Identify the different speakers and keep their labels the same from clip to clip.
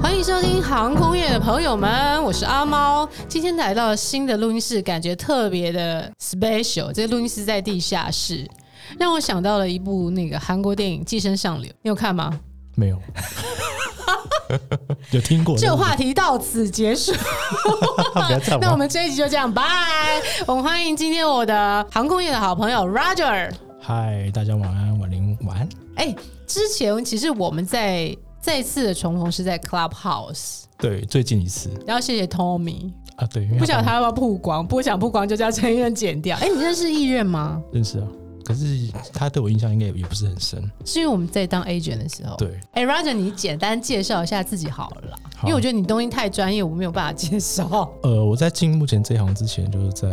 Speaker 1: 欢迎收听航空业的朋友们，我是阿猫。今天来到新的录音室，感觉特别的 special。这个录音室在地下室，让我想到了一部那个韩国电影《寄生上流》，你有看吗？
Speaker 2: 没有， 有听过
Speaker 1: 这个
Speaker 2: 对不对
Speaker 1: 话题到此结束。
Speaker 2: 不要唱
Speaker 1: 那我
Speaker 2: 吧。
Speaker 1: 们这一集就这样，拜。我们欢迎今天我的航空业的好朋友 Roger。
Speaker 2: 嗨，大家晚安，晚林晚安。
Speaker 1: 哎，之前其实我们在再次的重逢是在 Clubhouse，
Speaker 2: 对，最近一次
Speaker 1: 然后谢谢 Tommy。
Speaker 2: 啊，对，因为
Speaker 1: 不晓得
Speaker 2: 他
Speaker 1: 他要不要曝光，不想曝光就叫陈艺人剪掉。哎、你认识艺人吗？
Speaker 2: 认识啊，可是他对我印象应该也也不是很深。
Speaker 1: 是因为我们在当 agent 的时候。。
Speaker 2: 对，
Speaker 1: 哎、r o g e r 你简单介绍一下自己好了啦，
Speaker 2: 好
Speaker 1: 因为我觉得你东西太专业，我没有办法介绍。
Speaker 2: 呃，我在进目前这一行之前，就是在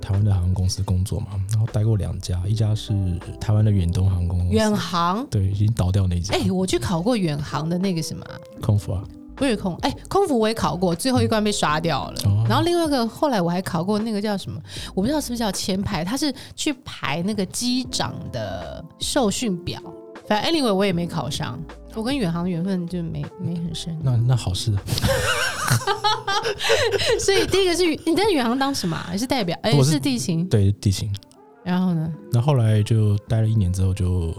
Speaker 2: 台湾的航空公司工作嘛，然后待过两家，一家是台湾的远东航空公司，
Speaker 1: 远航，
Speaker 2: 对，已经倒掉那一家，
Speaker 1: 哎、我去考过远航的那个什么啊
Speaker 2: 空服啊，
Speaker 1: 不是空，哎、空服我也考过，最后一关被刷掉了。
Speaker 2: 哦
Speaker 1: 然后另外一个后来我还考过那个叫什么，我不知道是不是叫前排，他是去排那个机长的受训表。反正 anyway 我也没考上，我跟远航缘分就没没很深。
Speaker 2: 那那好事，
Speaker 1: 所以第一个是你在远航当什么啊、是代表？哎、
Speaker 2: 我
Speaker 1: 是
Speaker 2: 是
Speaker 1: 地勤。
Speaker 2: 对，地形。
Speaker 1: 然后呢？
Speaker 2: 那后来就待了一年之后就，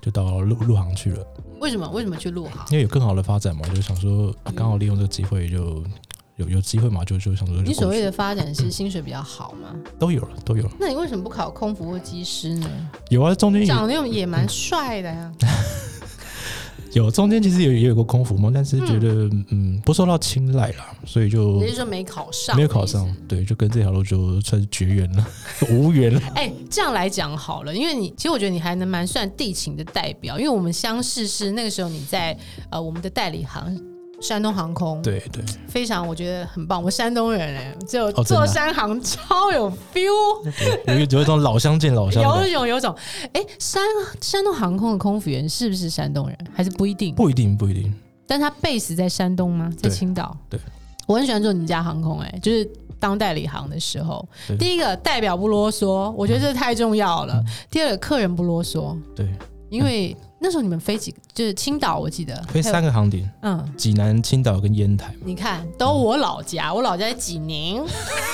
Speaker 2: 就到陆陆航去了。
Speaker 1: 为什么为什么去陆航？
Speaker 2: 因为有更好的发展嘛，就想说啊刚好利用这个机会就有有机会嘛，就就想说就
Speaker 1: 你所
Speaker 2: 过
Speaker 1: 谓
Speaker 2: 去
Speaker 1: 的发展是薪水比较好吗？
Speaker 2: 都有了，都有了，
Speaker 1: 那你为什么不考空服或机师呢？
Speaker 2: 有啊，中间有
Speaker 1: 长得又也蛮帅的呀、
Speaker 2: 嗯有中间其实有也有过空服嘛，但是觉得嗯不受到青睐啦，所以就
Speaker 1: 你是说没考上？
Speaker 2: 没有考上。，对，就跟这条路就算是绝缘了， 无缘了。
Speaker 1: 哎、这样来讲好了，因为你其实我觉得你还能蛮算地勤的代表，因为我们相识是那个时候你在呃我们的代理行山东航空，
Speaker 2: 对对，
Speaker 1: 非常我觉得很棒。我山东人哎、只有
Speaker 2: 真的
Speaker 1: 做
Speaker 2: 啊
Speaker 1: 山航超有 feel。
Speaker 2: 有一有一种老乡见老乡的感
Speaker 1: 有
Speaker 2: 觉，
Speaker 1: 一种有一种，哎、山山东航空的空服员是不是山东人？还是不一定？
Speaker 2: 不一定不一定，
Speaker 1: 但他 base 在山东吗？在
Speaker 2: 对
Speaker 1: 青岛？
Speaker 2: 对，
Speaker 1: 我很喜欢做你们家航空、哎，就是当代理航的时候，
Speaker 2: 对
Speaker 1: 第一个代表不啰嗦，我觉得这太重要了。
Speaker 2: 嗯
Speaker 1: 第二个客人不啰嗦，
Speaker 2: 对，
Speaker 1: 因为
Speaker 2: 嗯
Speaker 1: 那时候你们飞几就是青岛，我记得
Speaker 2: 飞三，个航点，
Speaker 1: 还有嗯。
Speaker 2: 济南、青岛跟烟台。
Speaker 1: 你看，都我老家，我老家在济宁。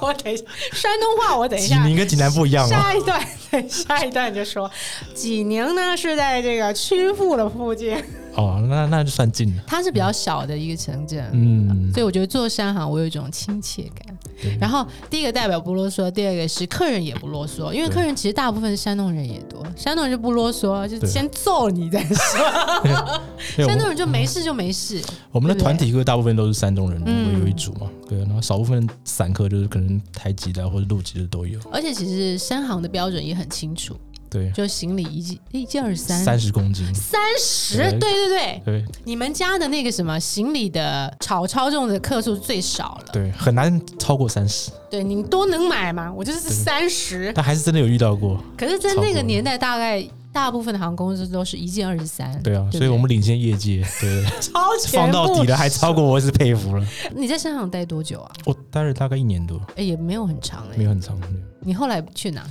Speaker 1: 我等一下，山东话我等一
Speaker 2: 济
Speaker 1: 下
Speaker 2: 宁跟济南不一样哦，
Speaker 1: 下一段，对，下一段就说济宁呢是在这个曲阜的附近，
Speaker 2: 哦，那那就算近了。
Speaker 1: 它是比较小的一个城镇。
Speaker 2: 嗯，
Speaker 1: 所以我觉得做商行，我有一种亲切感。
Speaker 2: 对
Speaker 1: 然后第一个代表不啰嗦，第二个是客人也不啰嗦，因为
Speaker 2: 对
Speaker 1: 客人其实大部分山东人也多，山东人就不啰嗦，就
Speaker 2: 对
Speaker 1: 先揍你再说。
Speaker 2: 对我
Speaker 1: 山东人就没事就没事，
Speaker 2: 我们
Speaker 1: 对
Speaker 2: 的
Speaker 1: 不对
Speaker 2: 团体课大部分都是山东人
Speaker 1: 嗯
Speaker 2: 为为主嘛，对，然后少部分散客就是可能台籍的或者陆籍的都有，
Speaker 1: 而且其实山行的标准也很清楚，
Speaker 2: 对，
Speaker 1: 就行李一斤一斤二十三。
Speaker 2: 三十公斤，
Speaker 1: 三十，对
Speaker 2: 对
Speaker 1: 对对，
Speaker 2: 对
Speaker 1: 你们家的那个什么行李的炒超重的克数最少了，
Speaker 2: 对，很难超过三十，
Speaker 1: 对，你多能买嘛？我就是三十，
Speaker 2: 但还是真的有遇到过，
Speaker 1: 可是，在
Speaker 2: 超
Speaker 1: 那
Speaker 2: 过
Speaker 1: 个
Speaker 2: 了
Speaker 1: 年代，大概大部分的航空公司都是一件二十三，
Speaker 2: 对啊，
Speaker 1: 不
Speaker 2: 所以我们领先业界， 对，
Speaker 1: 超前
Speaker 2: 放到底
Speaker 1: 部
Speaker 2: 了还超过，我是佩服了。
Speaker 1: 署。你在香港待多久啊？
Speaker 2: 我待了大概一年多，
Speaker 1: 哎，也没有很长哎、
Speaker 2: 没有很长。没有
Speaker 1: 你后来去哪？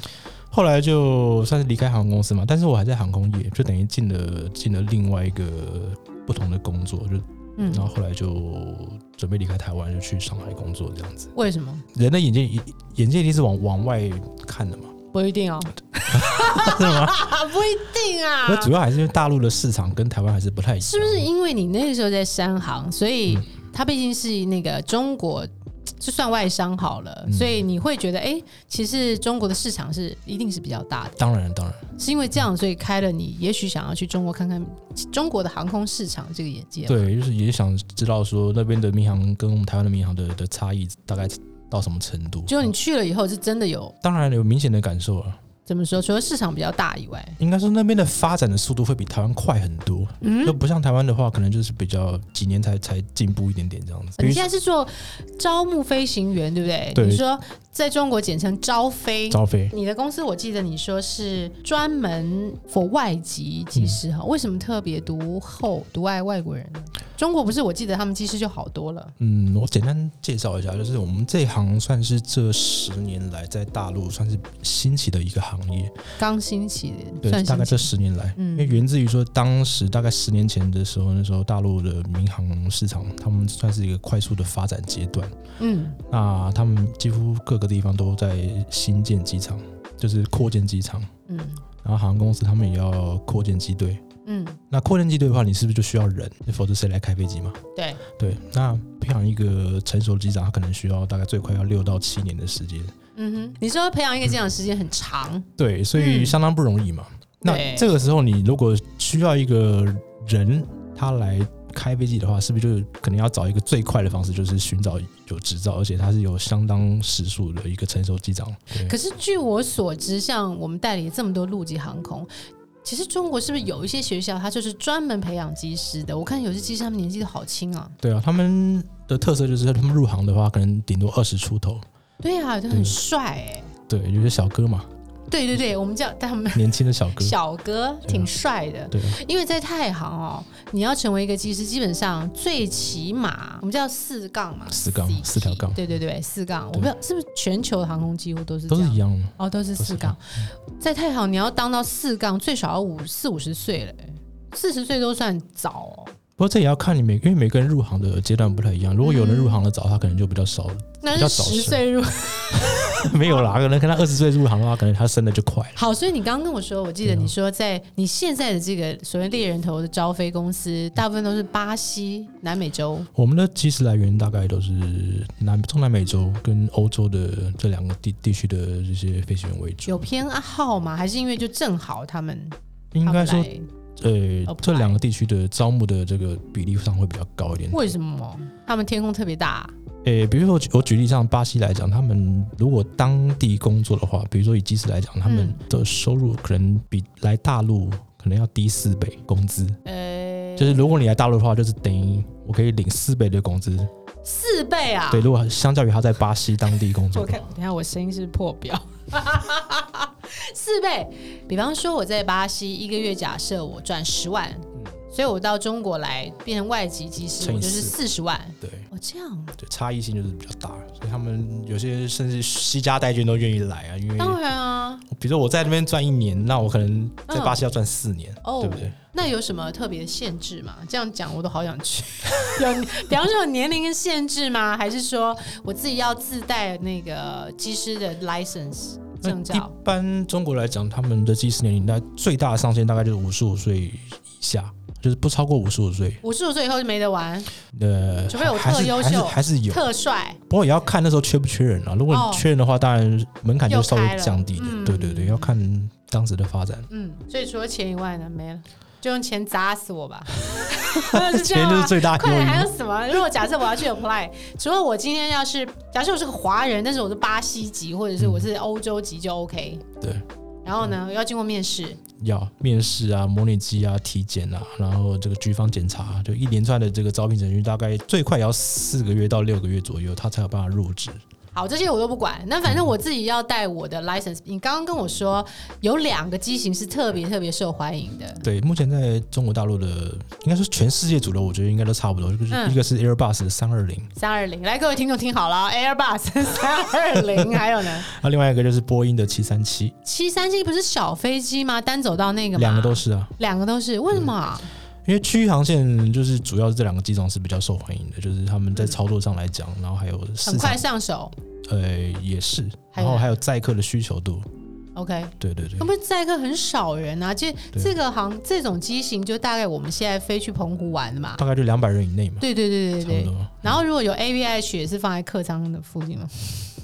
Speaker 2: 后来就算是离开航空公司嘛，但是我还在航空业，就等于进了进了另外一个不同的工作，就
Speaker 1: 嗯
Speaker 2: 然，后后来就准备离开台湾，就去上海工作这样子。
Speaker 1: 为什么？
Speaker 2: 人的眼界一眼界一定是往往外看的嘛，
Speaker 1: 不一定哦，
Speaker 2: 是吗？
Speaker 1: 不一定啊
Speaker 2: 那主要还是因为大陆的市场跟台湾还是不太一样，
Speaker 1: 是不是？因为你那个时候在山行，所以
Speaker 2: 嗯
Speaker 1: 它毕竟是那个中国，就算外商好了，
Speaker 2: 嗯
Speaker 1: 所以你会觉得，哎、其实中国的市场是一定是比较大的，
Speaker 2: 当然当然，
Speaker 1: 是因为这样，所以开了你也许想要去中国看看中国的航空市场这个眼界。，啊
Speaker 2: 对，就是也想知道说那边的民航跟我们台湾的民航的的差异大概到什么程度。
Speaker 1: 结果你去了以后，是真的有
Speaker 2: 当然有明显的感受啊，
Speaker 1: 怎么说？除了市场比较大以外，
Speaker 2: 应该说那边的发展的速度会比台湾快很多，
Speaker 1: 嗯
Speaker 2: 就，不像台湾的话，可能就是比较几年才才进步一点点这样子。比
Speaker 1: 你
Speaker 2: 如
Speaker 1: 现在是做招募飞行员，对不对？
Speaker 2: 对
Speaker 1: 你说在中国简称招飞，
Speaker 2: 招飞，
Speaker 1: 你的公司我记得你说是专
Speaker 2: 嗯
Speaker 1: 门 for 外籍技师哈，为什么特别独厚独爱外国人呢？中国不是我记得他们技师就好多了，
Speaker 2: 嗯，我简单介绍一下，就是我们这一行算是这十年来在大陆算是兴起的一个行业，
Speaker 1: 刚兴起的，
Speaker 2: 对，
Speaker 1: 算
Speaker 2: 大概
Speaker 1: 兴
Speaker 2: 这
Speaker 1: 起
Speaker 2: 十年来，
Speaker 1: 嗯
Speaker 2: 因为源自于说当时大概十年前的时候，那时候大陆的民航市场，他们算是一个快速的发展阶段，
Speaker 1: 嗯
Speaker 2: 那他们几乎各个地方都在新建机场，就是扩建机场，
Speaker 1: 嗯
Speaker 2: 然后航空公司他们也要扩建机队。
Speaker 1: 嗯，
Speaker 2: 那扩建机队的话，你是不是就需要人？否则谁来开飞机嘛？
Speaker 1: 对，
Speaker 2: 对，那培养一个成熟的机长，他可能需要大概最快要六到七年的时间。
Speaker 1: 嗯哼，你说培养一个这样的时间很长，
Speaker 2: 对，所以
Speaker 1: 嗯
Speaker 2: 相当不容易嘛。
Speaker 1: 对
Speaker 2: 那这个时候，你如果需要一个人他来开飞机的话，是不是就可能要找一个最快的方式，就是寻找有执照，而且他是有相当时数的一个成熟机长？对
Speaker 1: 可是据我所知，像我们代理这么多陆籍航空，其实中国是不是有一些学校，它就是专门培养机师的？我看有些机师他们年纪都好轻啊，
Speaker 2: 对啊，他们的特色就是他们入行的话，可能顶多二十出头。
Speaker 1: 对啊，都很帅哎、
Speaker 2: 对，有些小哥嘛，
Speaker 1: 对对对，我们叫他们
Speaker 2: 年轻的小欸嗯哥。
Speaker 1: 小哥，挺帅的。
Speaker 2: 对啊，
Speaker 1: 因为在太行哦，你要成为一个技师，基本上最起码我们叫四杠嘛，
Speaker 2: 四杠
Speaker 1: CP
Speaker 2: 四条杠
Speaker 1: 对对对，四杠。我
Speaker 2: 对
Speaker 1: 不知道是不是全球的航空几乎都是
Speaker 2: 都
Speaker 1: 这
Speaker 2: 是
Speaker 1: 样
Speaker 2: 一样的。
Speaker 1: 哦，都是
Speaker 2: 都是
Speaker 1: 四
Speaker 2: 一
Speaker 1: 杠
Speaker 2: 样。
Speaker 1: 在太行，你要当到四杠，最少要五四五十岁了欸、四十岁都算早哦。
Speaker 2: 不过这也要看你每，因为每个人入行的阶段不太一样。如果有人
Speaker 1: 嗯
Speaker 2: 入行的早，他可能就比较少了。
Speaker 1: 那
Speaker 2: 比较
Speaker 1: 是
Speaker 2: 早
Speaker 1: 十
Speaker 2: 生
Speaker 1: 岁入
Speaker 2: 没有啦，可能跟他二十岁入行的话，可能他升的就快了。
Speaker 1: 好，所以你刚刚跟我说，我记得
Speaker 2: 对啊
Speaker 1: 你说在你现在的这个所谓猎人头的招飞公司，大部分都是巴西、南美洲。
Speaker 2: 我们的起始来源大概都是南中南美洲跟欧洲的这两个地地区的这些飞行员为主
Speaker 1: 有。偏好吗？还是因为就正好他们
Speaker 2: 应该说
Speaker 1: 他，们哦
Speaker 2: 呃，
Speaker 1: apply
Speaker 2: 这两个地区的招募的这个比例上会比较高一点
Speaker 1: 来。为什么他们天空特别大、啊嗯
Speaker 2: 诶，比如说我举我举例像巴西来讲，他们如果当地工作的话，比如说以技师来讲，他们的收入可能比来大陆可能要低四倍工资。
Speaker 1: 呃，
Speaker 2: 就是如果你来大陆的话，就是等于我可以领四倍的工资。
Speaker 1: 四倍啊！
Speaker 2: 对，如果相较于他在巴西当地工
Speaker 1: 我
Speaker 2: 作的
Speaker 1: 看
Speaker 2: 话，，
Speaker 1: 等一下我声音是破表， 四倍。比方说我在巴西一个月，假设我赚十万，所以我到中国来变成外籍技师，
Speaker 2: 嗯乘以
Speaker 1: 我就是四
Speaker 2: 四
Speaker 1: 十万。
Speaker 2: 对
Speaker 1: 哦，这样，
Speaker 2: 对，差异性就是比较大，所以他们有些甚至惜家带眷都愿意来啊，因为
Speaker 1: 当然啊。
Speaker 2: 比如说我在那边赚一年，那我可能在巴西要赚四年，
Speaker 1: 哦
Speaker 2: 对不对？
Speaker 1: 那有什么特别的限制吗？这样讲我都好想去。 有，比方说有年龄跟限制吗？还是说我自己要自带那个技师的 license
Speaker 2: 那
Speaker 1: 证
Speaker 2: 一
Speaker 1: 照？
Speaker 2: 般中国来讲，他们的技师年龄大概最大的上限大概就是五十五岁以下，就是不超过五十五岁。
Speaker 1: 五十五岁以后就没得玩，
Speaker 2: 呃，
Speaker 1: 除非有
Speaker 2: 还
Speaker 1: 特
Speaker 2: 是
Speaker 1: 优秀
Speaker 2: 还是还是有，
Speaker 1: 特帅。
Speaker 2: 不过也要看那时候缺不缺人啊。如果
Speaker 1: 哦
Speaker 2: 你缺人的话，当然门槛就稍
Speaker 1: 又开
Speaker 2: 微
Speaker 1: 了
Speaker 2: 降低一点。
Speaker 1: 嗯
Speaker 2: 对对对，要看当时的发展。
Speaker 1: 嗯，所以除了钱以外呢，没了，就用钱砸死我 吧。是这样
Speaker 2: 钱就
Speaker 1: 吗
Speaker 2: 是？最大
Speaker 1: 快
Speaker 2: 诱
Speaker 1: 点，还
Speaker 2: 因。
Speaker 1: 有什么？如果假设我要去 apply，除了我今天要是，假设我是个华人，但是我是巴西籍或者是我是欧洲籍就 OK。
Speaker 2: 对。
Speaker 1: 然后呢，要经过面试，
Speaker 2: 要面试啊、模拟机啊、体检啊，然后这个局方检查啊、就一连串的这个招聘程序，大概最快也要四个月到六个月左右，他才有办法入职。
Speaker 1: 好，这些我都不管。那反正我自己要带我的 license。你刚刚跟我说有两个机型是特别特别受欢迎的，
Speaker 2: 对，目前在中国大陆的，应该说全世界主流，我觉得应该都差不多。就是
Speaker 1: 嗯
Speaker 2: 一个是 Airbus 的三二零，
Speaker 1: 三二零。来，各位听众听好了，Airbus 哦 三二零，还有呢，
Speaker 2: 啊那另外一个就是波音的七三七，
Speaker 1: 七三七不是小飞机吗？单走道那个吗？
Speaker 2: 两个都是啊。嗯
Speaker 1: 两个都是，为什么啊？
Speaker 2: 因为区域航线就是主要是这两个机种是比较受欢迎的，就是他们在操作上来讲，然后还有市
Speaker 1: 很快
Speaker 2: 场，
Speaker 1: 上手。
Speaker 2: 呃，也是，
Speaker 1: 还有嗯
Speaker 2: 然后还有载客的需求度。
Speaker 1: OK，
Speaker 2: 对对对
Speaker 1: 那。不载客很少人啊？这
Speaker 2: 对
Speaker 1: 这个航这种机型就大概我们现在飞去澎湖玩的嘛。
Speaker 2: 大概就两百人以内嘛，
Speaker 1: 对对对对
Speaker 2: 差不
Speaker 1: 对。
Speaker 2: 多。
Speaker 1: 然后如果有 AVH 也是放在客舱的附近嘛，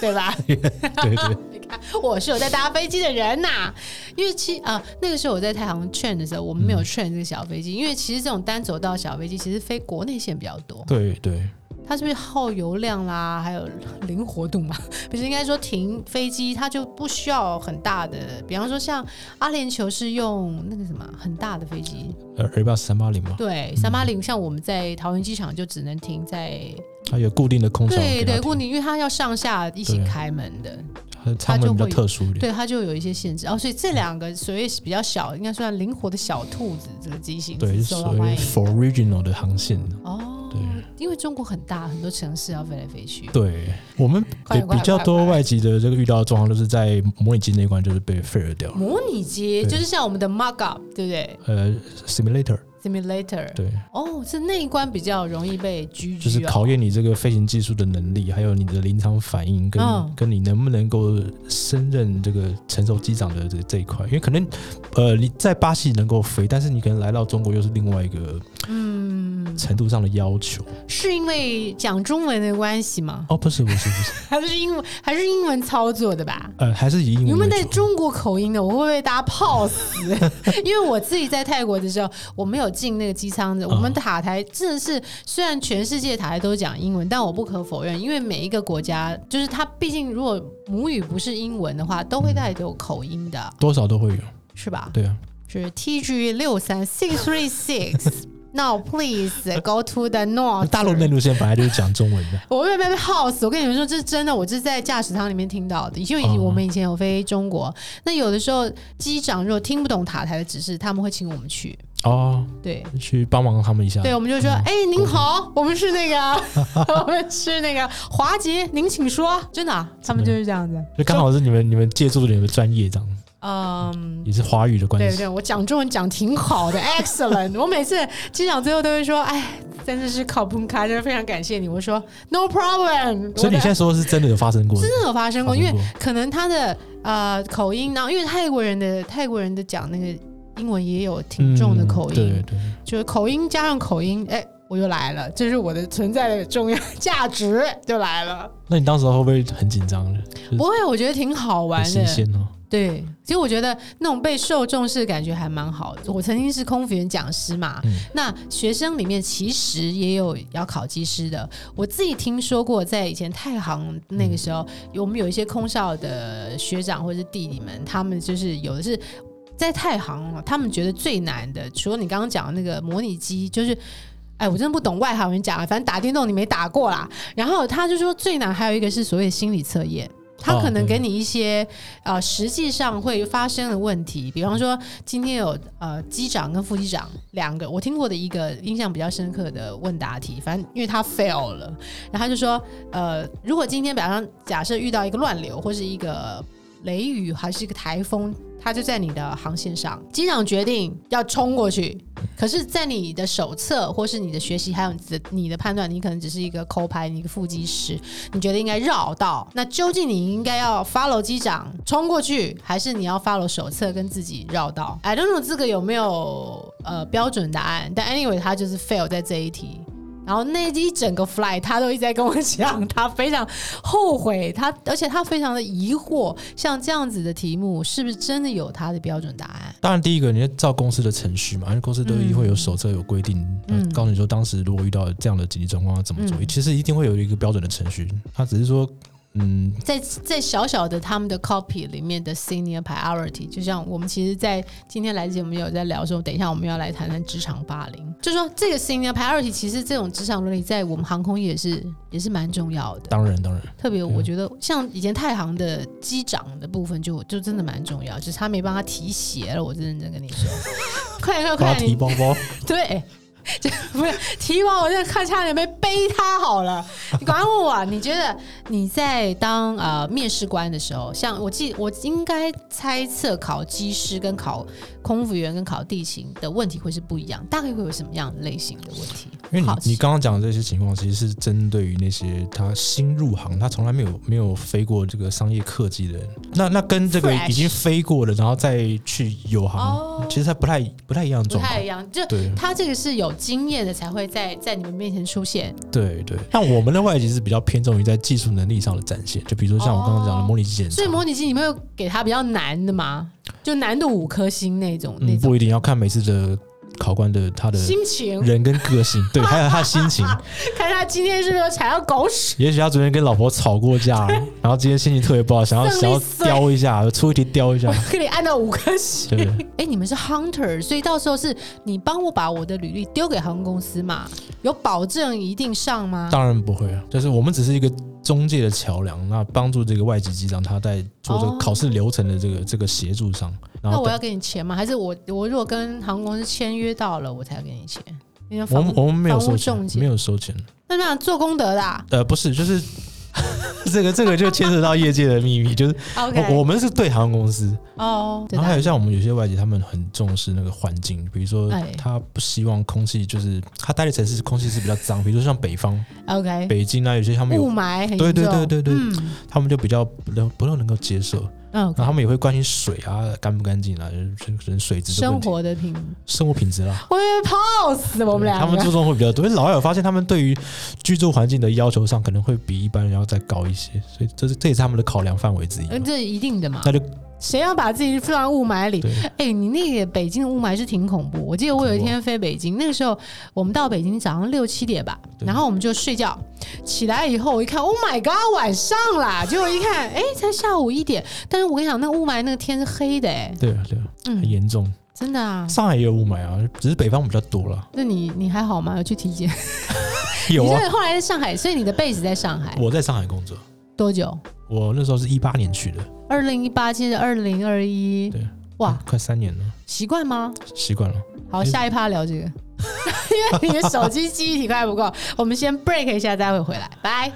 Speaker 1: 对吧？
Speaker 2: 对 对，
Speaker 1: 你看，我是有在搭飞机的人呐、因为其啊、那个时候我在太行劝的时候，我们没有劝这个小飞机，因为其实这种单走道小飞机其实飞国内线比较多，
Speaker 2: 对对，
Speaker 1: 它是不是耗油量啦，还有灵活度嘛？不是应该说停飞机它就不需要很大的，比方说像阿联酋是用那个什么很大的飞机，
Speaker 2: 呃，Airbus 三八零嘛，
Speaker 1: 对，三八零，像我们在桃园机场就只能停在
Speaker 2: 它有固定的空调，
Speaker 1: 对
Speaker 2: 给它
Speaker 1: 对
Speaker 2: 停
Speaker 1: 固定，因为它要上下一起
Speaker 2: 对
Speaker 1: 开门的，
Speaker 2: 它舱门比较特殊一点。
Speaker 1: 对它就有一些限制哦，所以这两个所谓比较小，应该算灵活的小兔子这个机型
Speaker 2: 对，
Speaker 1: 是
Speaker 2: 就
Speaker 1: 受到
Speaker 2: 所
Speaker 1: 欢
Speaker 2: 谓
Speaker 1: 迎的
Speaker 2: for original 的航线。
Speaker 1: 哦，
Speaker 2: 对，
Speaker 1: 因为中国很大，很多城市要飞来飞去。
Speaker 2: 对我们
Speaker 1: 快点
Speaker 2: 比
Speaker 1: 快
Speaker 2: 比
Speaker 1: 点
Speaker 2: 较
Speaker 1: 快
Speaker 2: 多
Speaker 1: 点
Speaker 2: 外籍的这个遇到的状况，就是在模拟机那一关就是被 fail 掉了。
Speaker 1: 模拟机
Speaker 2: 对
Speaker 1: 就是像我们的 mock up，对不对
Speaker 2: 呃，simulator，
Speaker 1: ？simulator，
Speaker 2: 对，
Speaker 1: 哦，是那一关比较容易被狙
Speaker 2: 就是
Speaker 1: 击、哦，
Speaker 2: 考验你这个飞行技术的能力，还有你的临场反应，跟、
Speaker 1: 嗯
Speaker 2: 跟你能不能够胜任这个承受机长的这这一块。因为可能，呃，你在巴西能够飞，但是你可能来到中国又是另外一个
Speaker 1: 嗯，
Speaker 2: 程度上的要求。
Speaker 1: 是因为讲中文的关系吗？
Speaker 2: 哦，不是，不是，不是，
Speaker 1: 还是英文还是英文操作的吧？
Speaker 2: 呃，还是以英
Speaker 1: 你
Speaker 2: 文
Speaker 1: 们
Speaker 2: 为
Speaker 1: 带
Speaker 2: 主。
Speaker 1: 中国口音的，我会不会大家泡死？ 因为我自己在泰国的时候，我没有进那个机舱的。我们塔台真的是，虽然全世界塔台都讲英文，但我不可否认，因为每一个国家，就是它毕竟如果母语不是英文的话，都会带有口音的，
Speaker 2: 多少都会有，
Speaker 1: 是吧？
Speaker 2: 对啊，
Speaker 1: 是 TG 六三 six three six。Now please go to the north。
Speaker 2: 大陆内陆线本来就是讲中文的，
Speaker 1: 我被被被耗死！我跟你们说，这是真的，我这是在驾驶舱里面听到的。因为以前
Speaker 2: 嗯
Speaker 1: 我们以前有飞中国，那有的时候机长如果听不懂塔台的指示，他们会请我们去。
Speaker 2: 哦，
Speaker 1: 对，
Speaker 2: 去帮忙他们一下。
Speaker 1: 对，我们就说：“
Speaker 2: 嗯
Speaker 1: 哎、您好，我们是那个，我们是那个华杰，您请说。”真的啊、他们就是这样子。
Speaker 2: 就刚好是你们你们借助了你们的专业这样，
Speaker 1: 嗯，
Speaker 2: 也是华语的关
Speaker 1: 对
Speaker 2: 系。
Speaker 1: 对，我讲中文讲挺好的，excellent。我每次机长最后都会说：“哎，真的是考不卡，真的非常感谢你。”我说：“No problem。”
Speaker 2: 所以你现在说是真的有发生过的，
Speaker 1: 真的有发生过，
Speaker 2: 发
Speaker 1: 因
Speaker 2: 生
Speaker 1: 为
Speaker 2: 过
Speaker 1: 可能他的呃口音，然后因为泰国人的泰国人的讲那个英文也有挺重的口音，
Speaker 2: 嗯对对，
Speaker 1: 就是口音加上口音，哎，我又来了，这是我的存在的重要价值就来了。
Speaker 2: 那你当时会不会很紧张？就是
Speaker 1: 不会，我觉得挺好玩
Speaker 2: 很新
Speaker 1: 的。
Speaker 2: 鲜哦。
Speaker 1: 对，其实我觉得那种被受重视的感觉还蛮好的。我曾经是空服员讲师嘛，
Speaker 2: 嗯
Speaker 1: 那学生里面其实也有要考机师的。我自己听说过，在以前太行那个时候，我们有一些空少的学长或者是弟弟们，他们就是有的是。在太行，他们觉得最难的，除了你刚刚讲的那个模拟机，就是，哎，我真的不懂外行人讲啊，反正打电动你没打过啦。然后他就说最难还有一个是所谓的心理测验，他
Speaker 2: 哦
Speaker 1: 可能
Speaker 2: 对
Speaker 1: 给你一些、呃实际上会发生的问题，比方说今天有呃机长跟副机长两个，我听过的一个印象比较深刻的问答题，反正因为他 fail 了，然后他就说呃如果今天比方说假设遇到一个乱流或是一个雷雨还是一个台风。它就在你的航线上，机长决定要冲过去，可是，在你的手册或是你的学习，还有你的你的判断，你可能只是一个抠牌，你一个副机师，你觉得应该绕道。那究竟你应该要 follow 机长冲过去，还是你要 follow 手册跟自己绕道？I don't know 这个有没有呃标准答案，但 anyway 他就是 fail 在这一题。然后那一整个 fly，他都一直在跟我讲，他非常后悔，他而且他非常的疑惑，像这样子的题目是不是真的有他的标准答案？
Speaker 2: 当然，第一个你要照公司的程序嘛，因为公司都
Speaker 1: 嗯
Speaker 2: 会有手册有规定，
Speaker 1: 嗯
Speaker 2: 呃告诉你说当时如果遇到这样的紧急状况要怎么做，
Speaker 1: 嗯
Speaker 2: 其实一定会有一个标准的程序。它只是说，嗯，
Speaker 1: 在在小小的他们的 copy 里面的 senior priority，就像我们其实，在今天来之前，我们有在聊说，等一下我们要来谈谈职场霸凌，就说这个 senior priority，其实这种职场伦理在我们航空业是也是蛮重要的。
Speaker 2: 当然当然，
Speaker 1: 特别
Speaker 2: 对啊
Speaker 1: 我觉得，像以前太行的机长的部分就，就真的蛮重要，就是他没帮他提鞋了，我真认真跟你 说，快点
Speaker 2: 帮
Speaker 1: 快
Speaker 2: 他
Speaker 1: 点，
Speaker 2: 提
Speaker 1: 你
Speaker 2: 包 包，
Speaker 1: 对，就不是提完我就看差点被背他好了。你赶快问我，啊你觉得你在当呃面试官的时候，像我记我应该猜测考机师跟考空服员跟考地勤的问题会是不一样，大概会有什么样类型的问题？
Speaker 2: 因为
Speaker 1: 好
Speaker 2: 你
Speaker 1: 奇
Speaker 2: 你刚刚讲的这些情况，其实是针对于那些他新入行，他从来没有没有飞过这个商业客机的人。那那跟这个
Speaker 1: Fresh
Speaker 2: 已经飞过了，然后再去有行，
Speaker 1: 哦
Speaker 2: 其实它不太不太一样的
Speaker 1: 不
Speaker 2: 状况
Speaker 1: 太。一样，就
Speaker 2: 对
Speaker 1: 他这个是有经验的才会在在你们面前出现。
Speaker 2: 对对，但我们的外籍是比较偏重于在技术能力上的展现，就比如说像我刚刚讲的
Speaker 1: 哦
Speaker 2: 模拟机检查
Speaker 1: 所以，模拟机你们有给他比较难的吗？就难度五颗星那种那
Speaker 2: 嗯，
Speaker 1: 种
Speaker 2: 不一定要看每次的考官 的他的
Speaker 1: 心情，
Speaker 2: 人跟个性，对，还有他的心 情。
Speaker 1: 看他今天是不是有踩到狗屎。
Speaker 2: 也许他昨天跟老婆吵 过架，然后今天心情特别不好，想要
Speaker 1: 胜利
Speaker 2: 想要
Speaker 1: 碎
Speaker 2: 叼一下，出一题叼一下
Speaker 1: 我，给你按到五颗星。
Speaker 2: 对。
Speaker 1: 哎，你们是 hunter，所以到时候是你帮我把我的履历丢给航空公司嘛？有保证一定上吗？
Speaker 2: 当然不会啊，就是我们只是一个中介的桥梁，那帮助这个外籍机长他在做这个
Speaker 1: 哦
Speaker 2: 考试流程的这个这个协助上。然
Speaker 1: 那
Speaker 2: 后
Speaker 1: 我要给你钱吗？还是我我如果跟航空公司签约到了，我才要给你钱？你要
Speaker 2: 我
Speaker 1: 房
Speaker 2: 们我们没有
Speaker 1: 房屋
Speaker 2: 收
Speaker 1: 中
Speaker 2: 钱，
Speaker 1: 介
Speaker 2: 没有收钱。
Speaker 1: 那那做功德的、啊、
Speaker 2: 呃，不是，就是 这个这个就牵扯到业界的秘密，就是我我
Speaker 1: ，OK，
Speaker 2: 们是对航空公司，
Speaker 1: 哦，对
Speaker 2: 然后还有
Speaker 1: 的，
Speaker 2: 像我们有些外籍，他们很重视那个环境，比如说
Speaker 1: 哎
Speaker 2: 他不希望空气就是他待的城市空气是比较脏，比如说像北方、
Speaker 1: OK，
Speaker 2: 北京啊，有些他们
Speaker 1: 雾
Speaker 2: 有
Speaker 1: 霾很
Speaker 2: 对对
Speaker 1: 严重
Speaker 2: 对对对
Speaker 1: 嗯
Speaker 2: 他们就比较不能不能够接受，
Speaker 1: 嗯
Speaker 2: 然后他们也会关心水啊干不干净啊，就是可能水质的问
Speaker 1: 生
Speaker 2: 题、
Speaker 1: 活的品，
Speaker 2: 生活品质啦。
Speaker 1: 我被泡死我们
Speaker 2: 对
Speaker 1: 两
Speaker 2: 他们
Speaker 1: 个。
Speaker 2: 注重会比较多，因为老外有发现他们对于居住环境的要求上可能会比一般人要再高一些，所以这是这也是他们的考量范围之一嘛。
Speaker 1: 嗯，这一定的嘛
Speaker 2: 那，就
Speaker 1: 谁要把自己放在雾霾里？
Speaker 2: 对，
Speaker 1: 哎、你那个北京的雾霾是挺恐怖。我记得我有一
Speaker 2: 啊
Speaker 1: 天飞北京，那个时候我们到北京早上六七点吧，
Speaker 2: 对
Speaker 1: 然后我们就睡觉，起来以后我一看，Oh my god，晚上啦！结果一看，哎、才下午一点。但是我跟你讲，那个雾霾那个天是黑的、哎，
Speaker 2: 对啊，对啊，很
Speaker 1: 嗯，
Speaker 2: 严重。
Speaker 1: 真的啊。
Speaker 2: 上海也有雾霾啊，只是北方比较多了。
Speaker 1: 那你你还好吗？有去体检？
Speaker 2: 有
Speaker 1: 你
Speaker 2: 啊，
Speaker 1: 是后来在上海，所以你的 base 在上海
Speaker 2: 我在上海工作，
Speaker 1: 多久？
Speaker 2: 我那时候是一八年去的，
Speaker 1: 二零一八，现在二零二一，
Speaker 2: 对，
Speaker 1: 哇，
Speaker 2: 快三年了，
Speaker 1: 习惯吗？
Speaker 2: 习惯了。
Speaker 1: 好，
Speaker 2: 哎
Speaker 1: 下一趴聊这个， 因为你的手机记忆体快不够，我们先 break 一下，待会回来，拜。